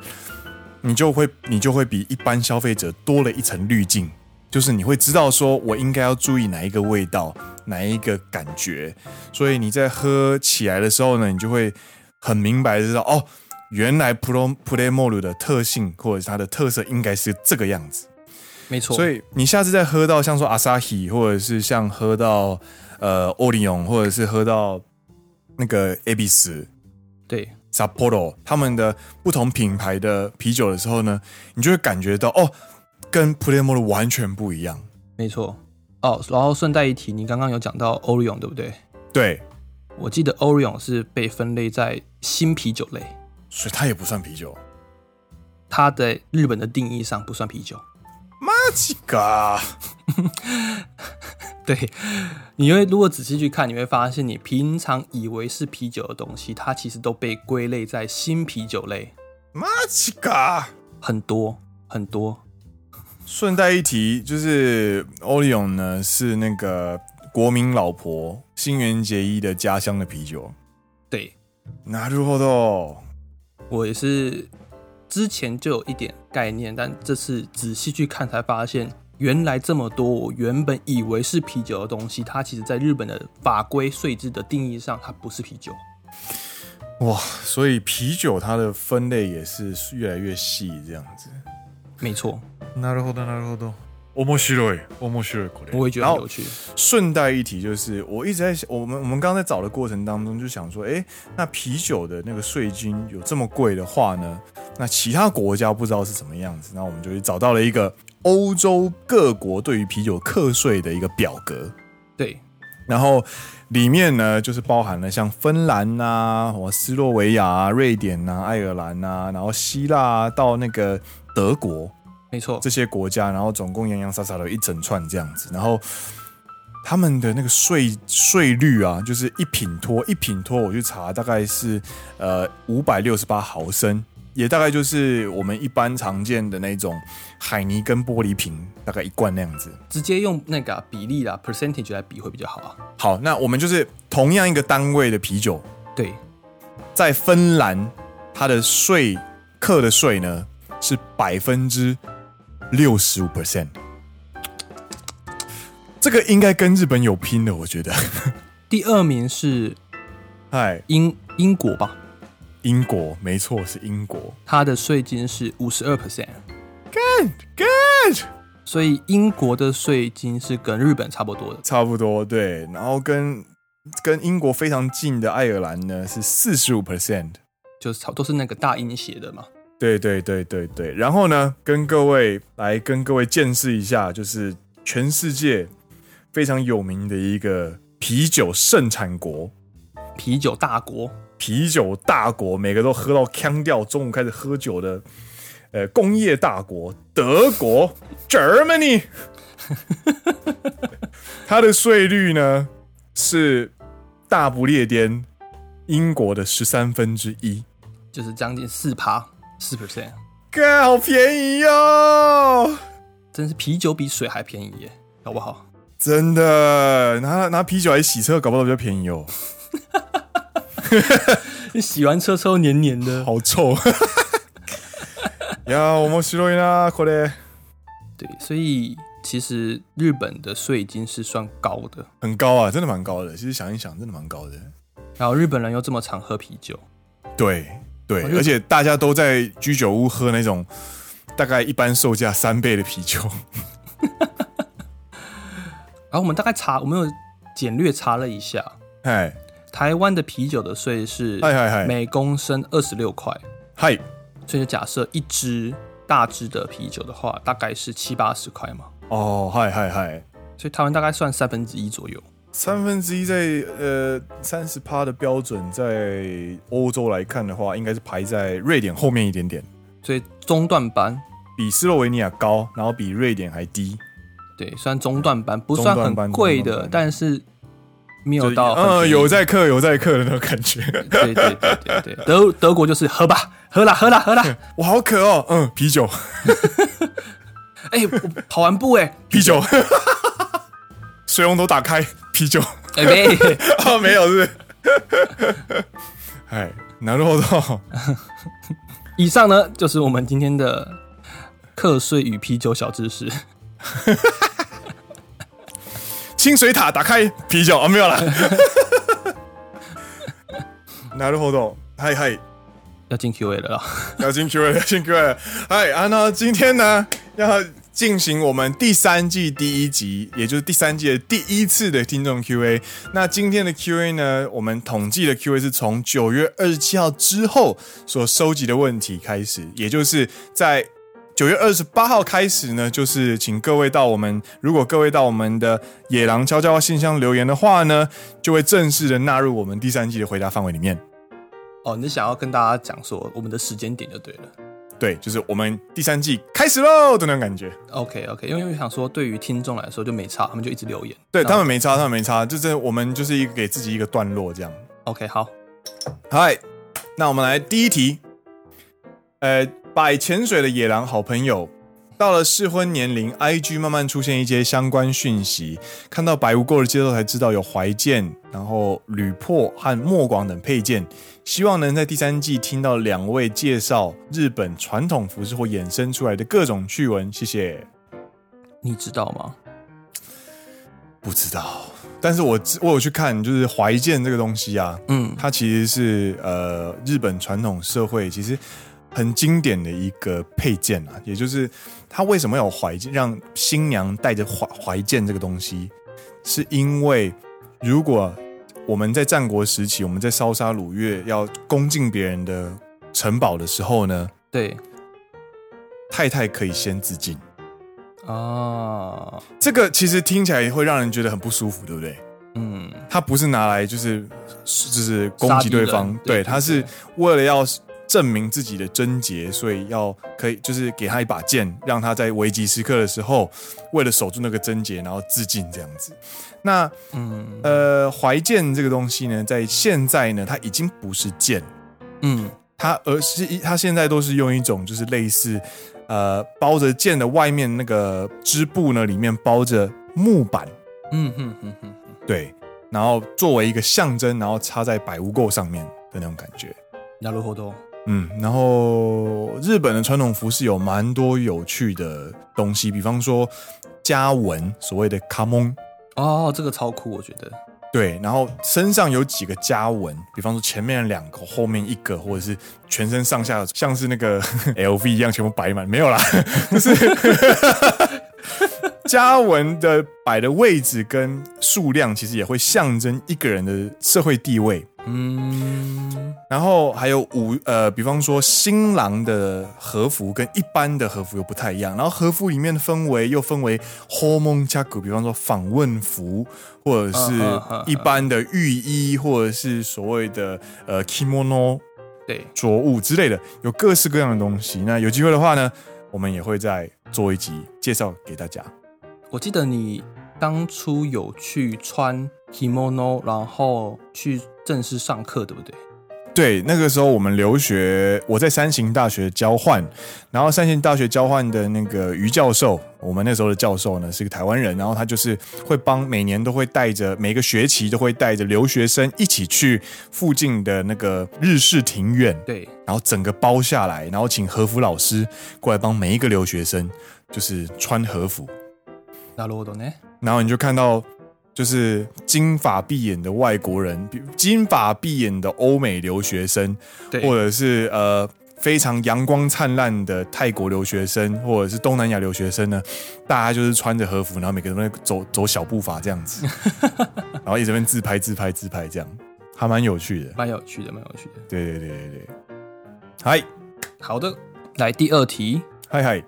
A: 你就会你就会比一般消费者多了一层滤镜，就是你会知道说我应该要注意哪一个味道，哪一个感觉，所以你在喝起来的时候呢，你就会很明白地知道哦。原来 Pro Play Mode 的特性或者是它的特色应该是这个样子，
B: 没错，
A: 所以你下次再喝到像说 Asahi，或者是像喝到呃 o r i o n 或者是喝到那个 a b i s
B: 对
A: Sapporo 他们的不同品牌的啤酒的时候呢，你就会感觉到哦，跟 p l a y m o r 完全不一样。
B: 没错。哦，然后顺带一提，你刚刚有讲到 Orion 对不对？
A: 对，
B: 我记得 Orion 是被分类在新啤酒类，
A: 所以它也不算啤酒。
B: 它在日本的定义上不算啤酒。
A: 啊，这个啊
B: 对，你会如果仔细去看，你会发现你平常以为是啤酒的东西，它其实都被归类在新啤酒类，
A: 马奇嘎。
B: 很多很多。
A: 顺带一提，就是 o r i o n 呢是那个国民老婆新垣结衣的家乡的啤酒。
B: 对
A: なるほど。
B: 我也是之前就有一点概念，但这次仔细去看才发现，原来这么多我原本以为是啤酒的东西，它其实在日本的法规税制的定义上，它不是啤酒。
A: 哇，所以啤酒它的分类也是越来越细，这样子。
B: 没错，
A: なるほど、なるほど。面白い、面白いこれ。
B: 我也觉得
A: 然
B: 很
A: 后
B: 有趣。
A: 顺带一提，就是我一直在想，我们我们刚刚在找的过程当中，就想说，哎，那啤酒的那个税金有这么贵的话呢？那其他国家不知道是什么样子，那我们就找到了一个欧洲各国对于啤酒课税的一个表格。
B: 对，
A: 然后里面呢，就是包含了像芬兰呐、啊、我斯洛维亚、啊、瑞典呐、啊、爱尔兰呐、啊，然后希腊、啊、到那个德国
B: 没错，
A: 这些国家，然后总共洋洋洒洒的一整串这样子。然后他们的那个税税率啊，就是一品脱一品脱，我去查大概是呃五百六十八毫升，也大概就是我们一般常见的那种海泥跟玻璃瓶，大概一罐那样子。
B: 直接用那个啊、比例啦 percentage 来比会比较好啊。
A: 好，那我们就是同样一个单位的啤酒。
B: 对，
A: 在芬兰，它的税课的税呢是百分之六十五 percent。这个应该跟日本有拼的，我觉得。
B: 第二名是
A: 嗨，
B: 英英国吧，
A: 英国，没错，是英国。
B: 它的税金是五十二 percent，
A: Good，
B: 所以英国的税金是跟日本差不多的。
A: 差不多对。然后跟跟英国非常近的爱尔兰呢是四十五 percent。
B: 就是草都是那个大音写的嘛。
A: 对对对对对。然后呢，跟各位来跟各位见识一下，就是全世界非常有名的一个啤酒盛产国。
B: 啤酒大国，
A: 啤酒大国，每个都喝到腔掉，中午开始喝酒的，呃，工业大国德国 Germany，它的税率呢是大不列颠英国的十三分之一，
B: 就是将近四趴，四 percent，
A: 干好便宜哟、哦！
B: 真是啤酒比水还便宜耶，好不好？
A: 真的，拿拿啤酒来洗车，搞不好比较便宜哦，
B: 你洗完车之后黏黏的，
A: 好臭！ 呀，我们白いなこれ
B: 对，所以其实日本的税金是算高的，
A: 很高啊，真的蛮高的。其实想一想，真的蛮高的。
B: 然后日本人又这么常喝啤酒，
A: 对对
B: 我就，
A: 而且大家都在居酒屋喝那种大概一般售价三倍的啤酒。
B: 然后我们大概查，我们有简略查了一下，
A: 嗨
B: 台湾的啤酒的税是
A: 嗨嗨嗨
B: 每公升二十六块，
A: 嗨，
B: 所以就假设一支大支的啤酒的话，大概是七八十块嘛，
A: 哦嗨嗨嗨，
B: 所以台湾大概算三分之一左右。
A: 三分之一在呃三十趴的标准，在欧洲来看的话，应该是排在瑞典后面一点点，
B: 所以中段班，
A: 比斯洛维尼亚高，然后比瑞典还低，
B: 对，算中段班，不算很贵
A: 中段
B: 的
A: 班，
B: 但是没有
A: 就是
B: 到很
A: 嗯
B: 便宜
A: 有在克有在克的那种感觉。
B: 对对对对对，德德国就是喝吧，喝啦喝啦喝啦，
A: 我好渴哦，嗯，啤酒
B: 哎、我跑完步哎、
A: 啤酒， 水龙头打开，啤酒。
B: 哎、没，
A: 啊，没有是不是。 哎，なるほど。
B: 以上呢就是我们今天的课税与啤酒小知识，
A: 清水塔打开，啤酒啊，没有啦。 なるほど。嗨嗨，
B: 要进 Q A 了啦，
A: 要进 Q 了，要进 Q 了。嗨，啊，那今天呢要进行我们第三季第一集，也就是第三季的第一次的听众 Q&A。那今天的 Q&A 呢，我们统计的 Q&A 是从九月二十七号之后所收集的问题开始，也就是在九月二十八号开始呢，就是请各位到我们，如果各位到我们的野狼悄悄话信箱留言的话呢，就会正式的纳入我们第三季的回答范围里面。
B: 哦，你是想要跟大家讲说我们的时间点就对了
A: 对，就是我们第三季开始喽的那种感觉。
B: ，OK OK，因为我想说对于听众来说就没差，他们就一直留言，
A: 对
B: 那
A: 他们没差，他们没差，就是我们就是一个给自己一个段落这样。
B: OK 好，
A: 嗨，那我们来第一题，呃，摆潜水的野狼好朋友。到了适婚年龄，IG 慢慢出现一些相关讯息，看到白无垢的介绍才知道有怀剑，然后铝箔和墨广等配件。希望能在第三季听到两位介绍日本传统服饰或衍生出来的各种趣闻。谢谢。
B: 你知道吗？
A: 不知道，但是我知我有去看，就是怀剑这个东西啊，
B: 嗯，
A: 它其实是呃日本传统社会其实很经典的一个配件啊，也就是它为什么要有怀剑，让新娘带着怀怀剑这个东西，是因为如果我们在战国时期，我们在烧杀掳掠要攻进别人的城堡的时候呢，
B: 对
A: 太太可以先自尽。
B: 啊，
A: 这个其实听起来会让人觉得很不舒服，对不对？
B: 嗯，
A: 它不是拿来就是就是攻击对方
B: 杀敌人，对
A: 对，
B: 对
A: 它是为了要证明自己的贞洁，所以要可以就是给他一把剑，让他在危急时刻的时候，为了守住那个贞洁，然后自尽这样子。那
B: 嗯
A: 呃，怀剑这个东西呢，在现在呢，它已经不是剑，
B: 嗯，
A: 它而是一它现在都是用一种就是类似呃包着剑的外面那个织布呢，里面包着木板。
B: 嗯哼哼哼，
A: 对，然后作为一个象征，然后插在百物购上面的那种感觉。
B: なるほど。
A: 嗯，然后日本的传统服饰有蛮多有趣的东西，比方说家纹，所谓的卡蒙，
B: 哦，这个超酷，我觉得。
A: 对，然后身上有几个家纹，比方说前面两个，后面一个，或者是全身上下像是那个 LV 一样全部摆满，没有啦， 就是家纹的摆的位置跟数量，其实也会象征一个人的社会地位。
B: 嗯，
A: 然后还有五呃，比方说新郎的和服跟一般的和服又不太一样，然后和服里面的氛围又分为 h o m o n c h a k u 比方说访问服，或者是
B: 嗯嗯嗯嗯
A: 一般的浴衣，或者是所谓的呃 kimono
B: 对，
A: 着物之类的，有各式各样的东西。那有机会的话呢，我们也会再做一集介绍给大家。
B: 我记得你当初有去穿 kimono，然后去正式上课，对不对？
A: 对，那个时候我们留学，我在三行大学交换，然后三行大学交换的那个于教授，我们那时候的教授呢是个台湾人，然后他就是会帮每年都会带着每个学期都会带着留学生一起去附近的那个日式庭院，
B: 对，
A: 然后整个包下来，然后请和服老师过来帮每一个留学生就是穿和服，
B: なるほどね。
A: 然后你就看到就是金发碧眼的外国人，比金发碧眼的欧美留学生，
B: 对，
A: 或者是呃非常阳光灿烂的泰国留学生，或者是东南亚留学生呢，大家就是穿着和服，然后每个人都在走走小步伐这样子，然后一直在那边自拍自拍自拍这样，还蛮有趣的。
B: 蛮有趣的，蛮有趣的。
A: 对对对对对，嗨
B: 好的，来第二题。
A: 嗨嗨，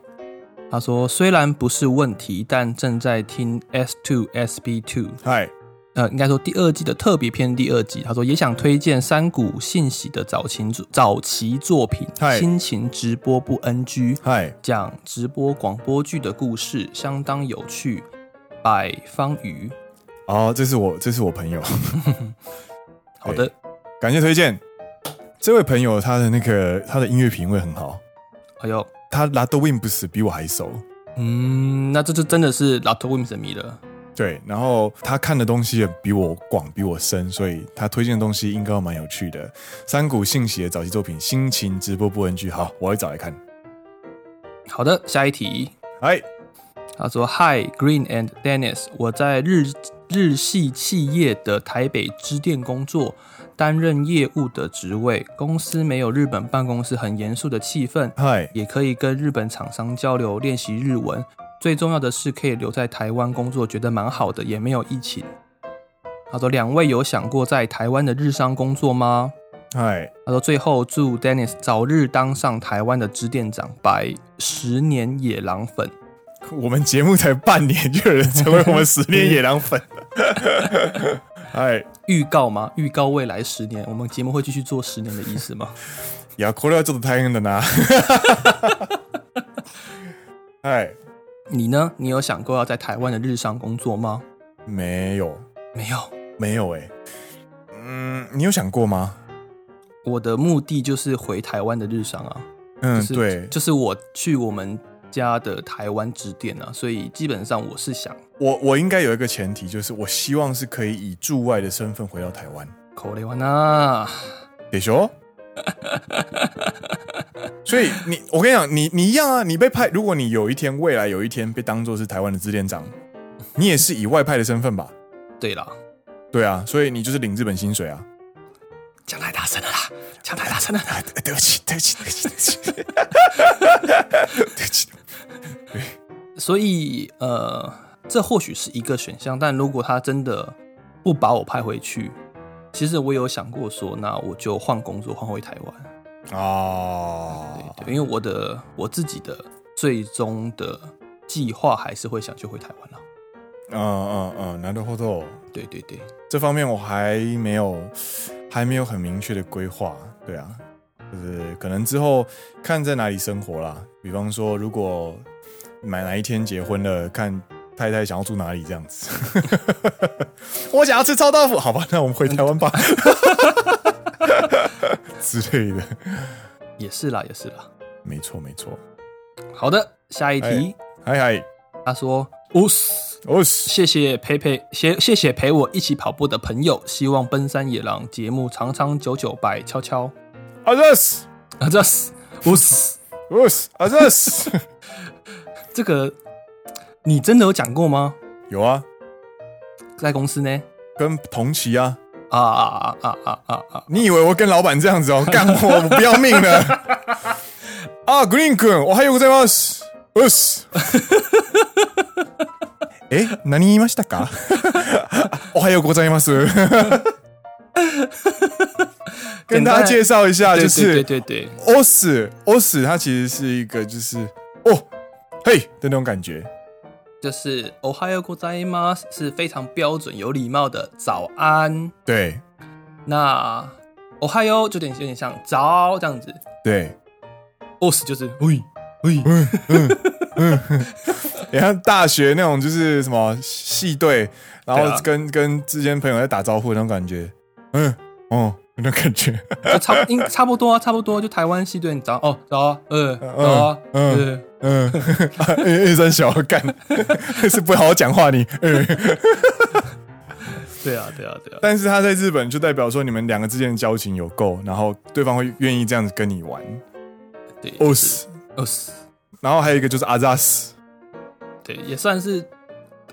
B: 他说：“虽然不是问题，但正在听 S Two S B Two，
A: 嗨，
B: 呃，应该说第二季的特别篇第二集。他说也想推荐山谷信喜的早期早期作品
A: 嗨
B: 《亲情直播不 NG》，
A: 嗨，
B: 讲直播广播剧的故事，相当有趣。百方鱼，
A: 哦，这是我这是我朋友，
B: 好的
A: 感谢推荐。这位朋友他的那个他的音乐品味很好，
B: 哎呦，
A: 他拉豆 win 不死比我还熟。
B: 嗯，那这就真的是老头 Wim 神迷了。
A: 对，然后他看的东西也比我广，比我深，所以他推荐的东西应该蛮有趣的。三谷信喜的早期作品《心情直播不文具》，好，我会找来看。
B: 好的，下一题。
A: 哎，
B: 他说：“Hi Green and Dennis，我在日日系企业的台北支店工作，担任业务的职位。公司没有日本办公室很严肃的气氛，
A: 嗨，
B: 也可以跟日本厂商交流，练习日文。最重要的是可以留在台湾工作，觉得蛮好的，也没有疫情。”他说：“两位有想过在台湾的日商工作吗？”
A: 嗨，
B: 他说：“最后祝 Dennis 早日当上台湾的支店长，白十年野狼粉。”
A: 我们节目才半年，就有人成为我们十年野狼粉了。嗨，
B: 预告吗？预告未来十年，我们节目会继续做十年的意思吗？
A: 呀，これはちょっと大変だな。嗨，
B: 你呢？你有想过要在台湾的日商工作吗？
A: 没有，
B: 没有，
A: 没有哎、嗯，你有想过吗？
B: 我的目的就是回台湾的日商啊，就
A: 嗯，
B: 是、
A: 对，
B: 就是我去我们家的台湾支店啊，所以基本上我是想
A: 我我应该有一个前提，就是我希望是可以以驻外的身份回到台湾，
B: 口雷湾啊，
A: 得修。所以你，我跟你讲，你你一样啊，你被派，如果你有一天未来有一天被当做是台湾的支店长，你也是以外派的身份吧？
B: 对啦，
A: 对啊，所以你就是领日本薪水啊。
B: 讲太大声了啦，讲太大声了，
A: 啊，对对不起，对不起，对不起，对不起，对不起。
B: 所以呃，这或许是一个选项，但如果他真的不把我派回去，其实我有想过说，那我就换工作，换回台湾。
A: 哦，
B: 对，因为我的我自己的最终的计划还是会想去回台湾啦。
A: 嗯嗯嗯，难得活动
B: 对对对，
A: 这方面我还没有还没有很明确的规划，对啊，就是可能之后看在哪里生活啦，比方说如果买哪一天结婚了，看太太想要住哪里这样子。 我想要吃臭豆腐，好吧，那我们回台湾吧 之类的，
B: 也是啦，也是啦。
A: 没错没错，
B: 好的，下一题，
A: 嗨嗨，
B: 他说。哦嘶
A: 哦是
B: 谢谢陪陪，谢谢谢陪我一起跑步的朋友，希望《奔山野狼》节目长长久久，百悄悄。
A: 啊这是
B: 啊，这是我死，
A: 我是啊这是
B: 这个你真的有讲过吗？
A: 有啊，
B: 在公司呢？
A: 跟同期啊，
B: 啊啊啊啊啊啊啊！
A: 你以为我跟老板这样子哦？干我，我不要命 了！啊，Green 君，我还有ございます。うっ す。え、何言いました か？おはようございます。跟大家介绍一下，啊就
B: 对
A: 是
B: 对对对，对
A: os os，它其实是一个就是哦嘿的那种感觉。
B: 就是 Ohio g o z a i m a s 是非常标准有礼貌的早安。
A: 对
B: 那 Ohio 就有点有点像早这样子
A: 对，
B: ，os 就是喂喂，
A: 你看大学那种就是什么系队，然
B: 对
A: 后
B: 啊
A: 跟、跟之间朋友在打招呼的那种感觉。嗯哦，那种感觉。
B: 就差不应 差不多啊，差不多就台湾系队，你早哦早啊，呃
A: 嗯
B: 早啊，
A: 嗯
B: 呃
A: 嗯， 一一声小干是不好好讲话你。嗯
B: 对啊对啊对啊，
A: 但是他在日本就代表说你们两个之间的交情有够，然后对方会愿意这样子跟你玩。
B: 对
A: os，
B: os
A: 然后还有一个就是阿扎斯，
B: 对，也算是、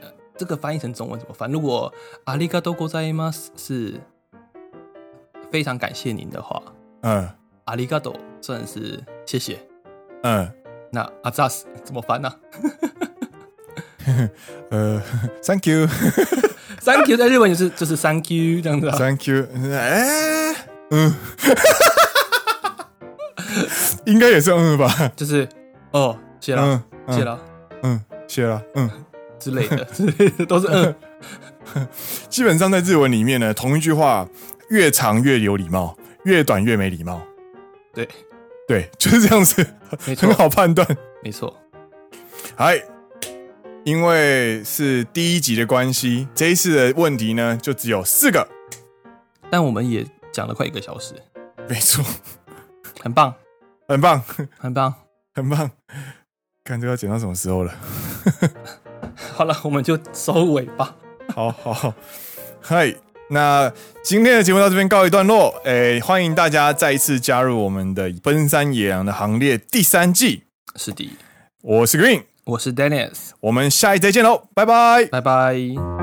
B: 呃这个翻译成中文怎么翻？如果阿里嘎多国在吗是非常感谢您的话，
A: 嗯
B: 阿里嘎多算是谢谢。
A: 嗯
B: 那阿扎斯怎么翻呢、
A: 呃，thank you。
B: Thank you 在日文也是就是 Thank you 这样子、啊。
A: Thank you。哎，嗯， 应该也是嗯吧？
B: 就是哦，谢了，
A: 嗯，
B: 谢
A: 嗯，
B: 了
A: 嗯，谢了，嗯。
B: 之类的， 之类的都是嗯，
A: 基本上在日文里面呢，同一句话越长越有礼貌，越短越没礼貌。
B: 对，
A: 对， 就是这样子，
B: 没错
A: 很，好判断。
B: 没错，
A: 嗨，因为是第一集的关系，这一次的问题呢就只有四个，
B: 但我们也讲了快一个小时，
A: 没错，
B: 很棒，
A: 很棒，
B: 很棒。
A: 很棒。看这个要剪到什么时候了？
B: 好了，我们就收尾吧。
A: 好好好，嗨，那今天的节目到这边告一段落。诶、欢迎大家再一次加入我们的奔山野狼的行列第三季。
B: 是的，
A: 我是 Green，
B: 我是 Dennis，
A: 我们下一集再见喽，拜拜。
B: 拜拜。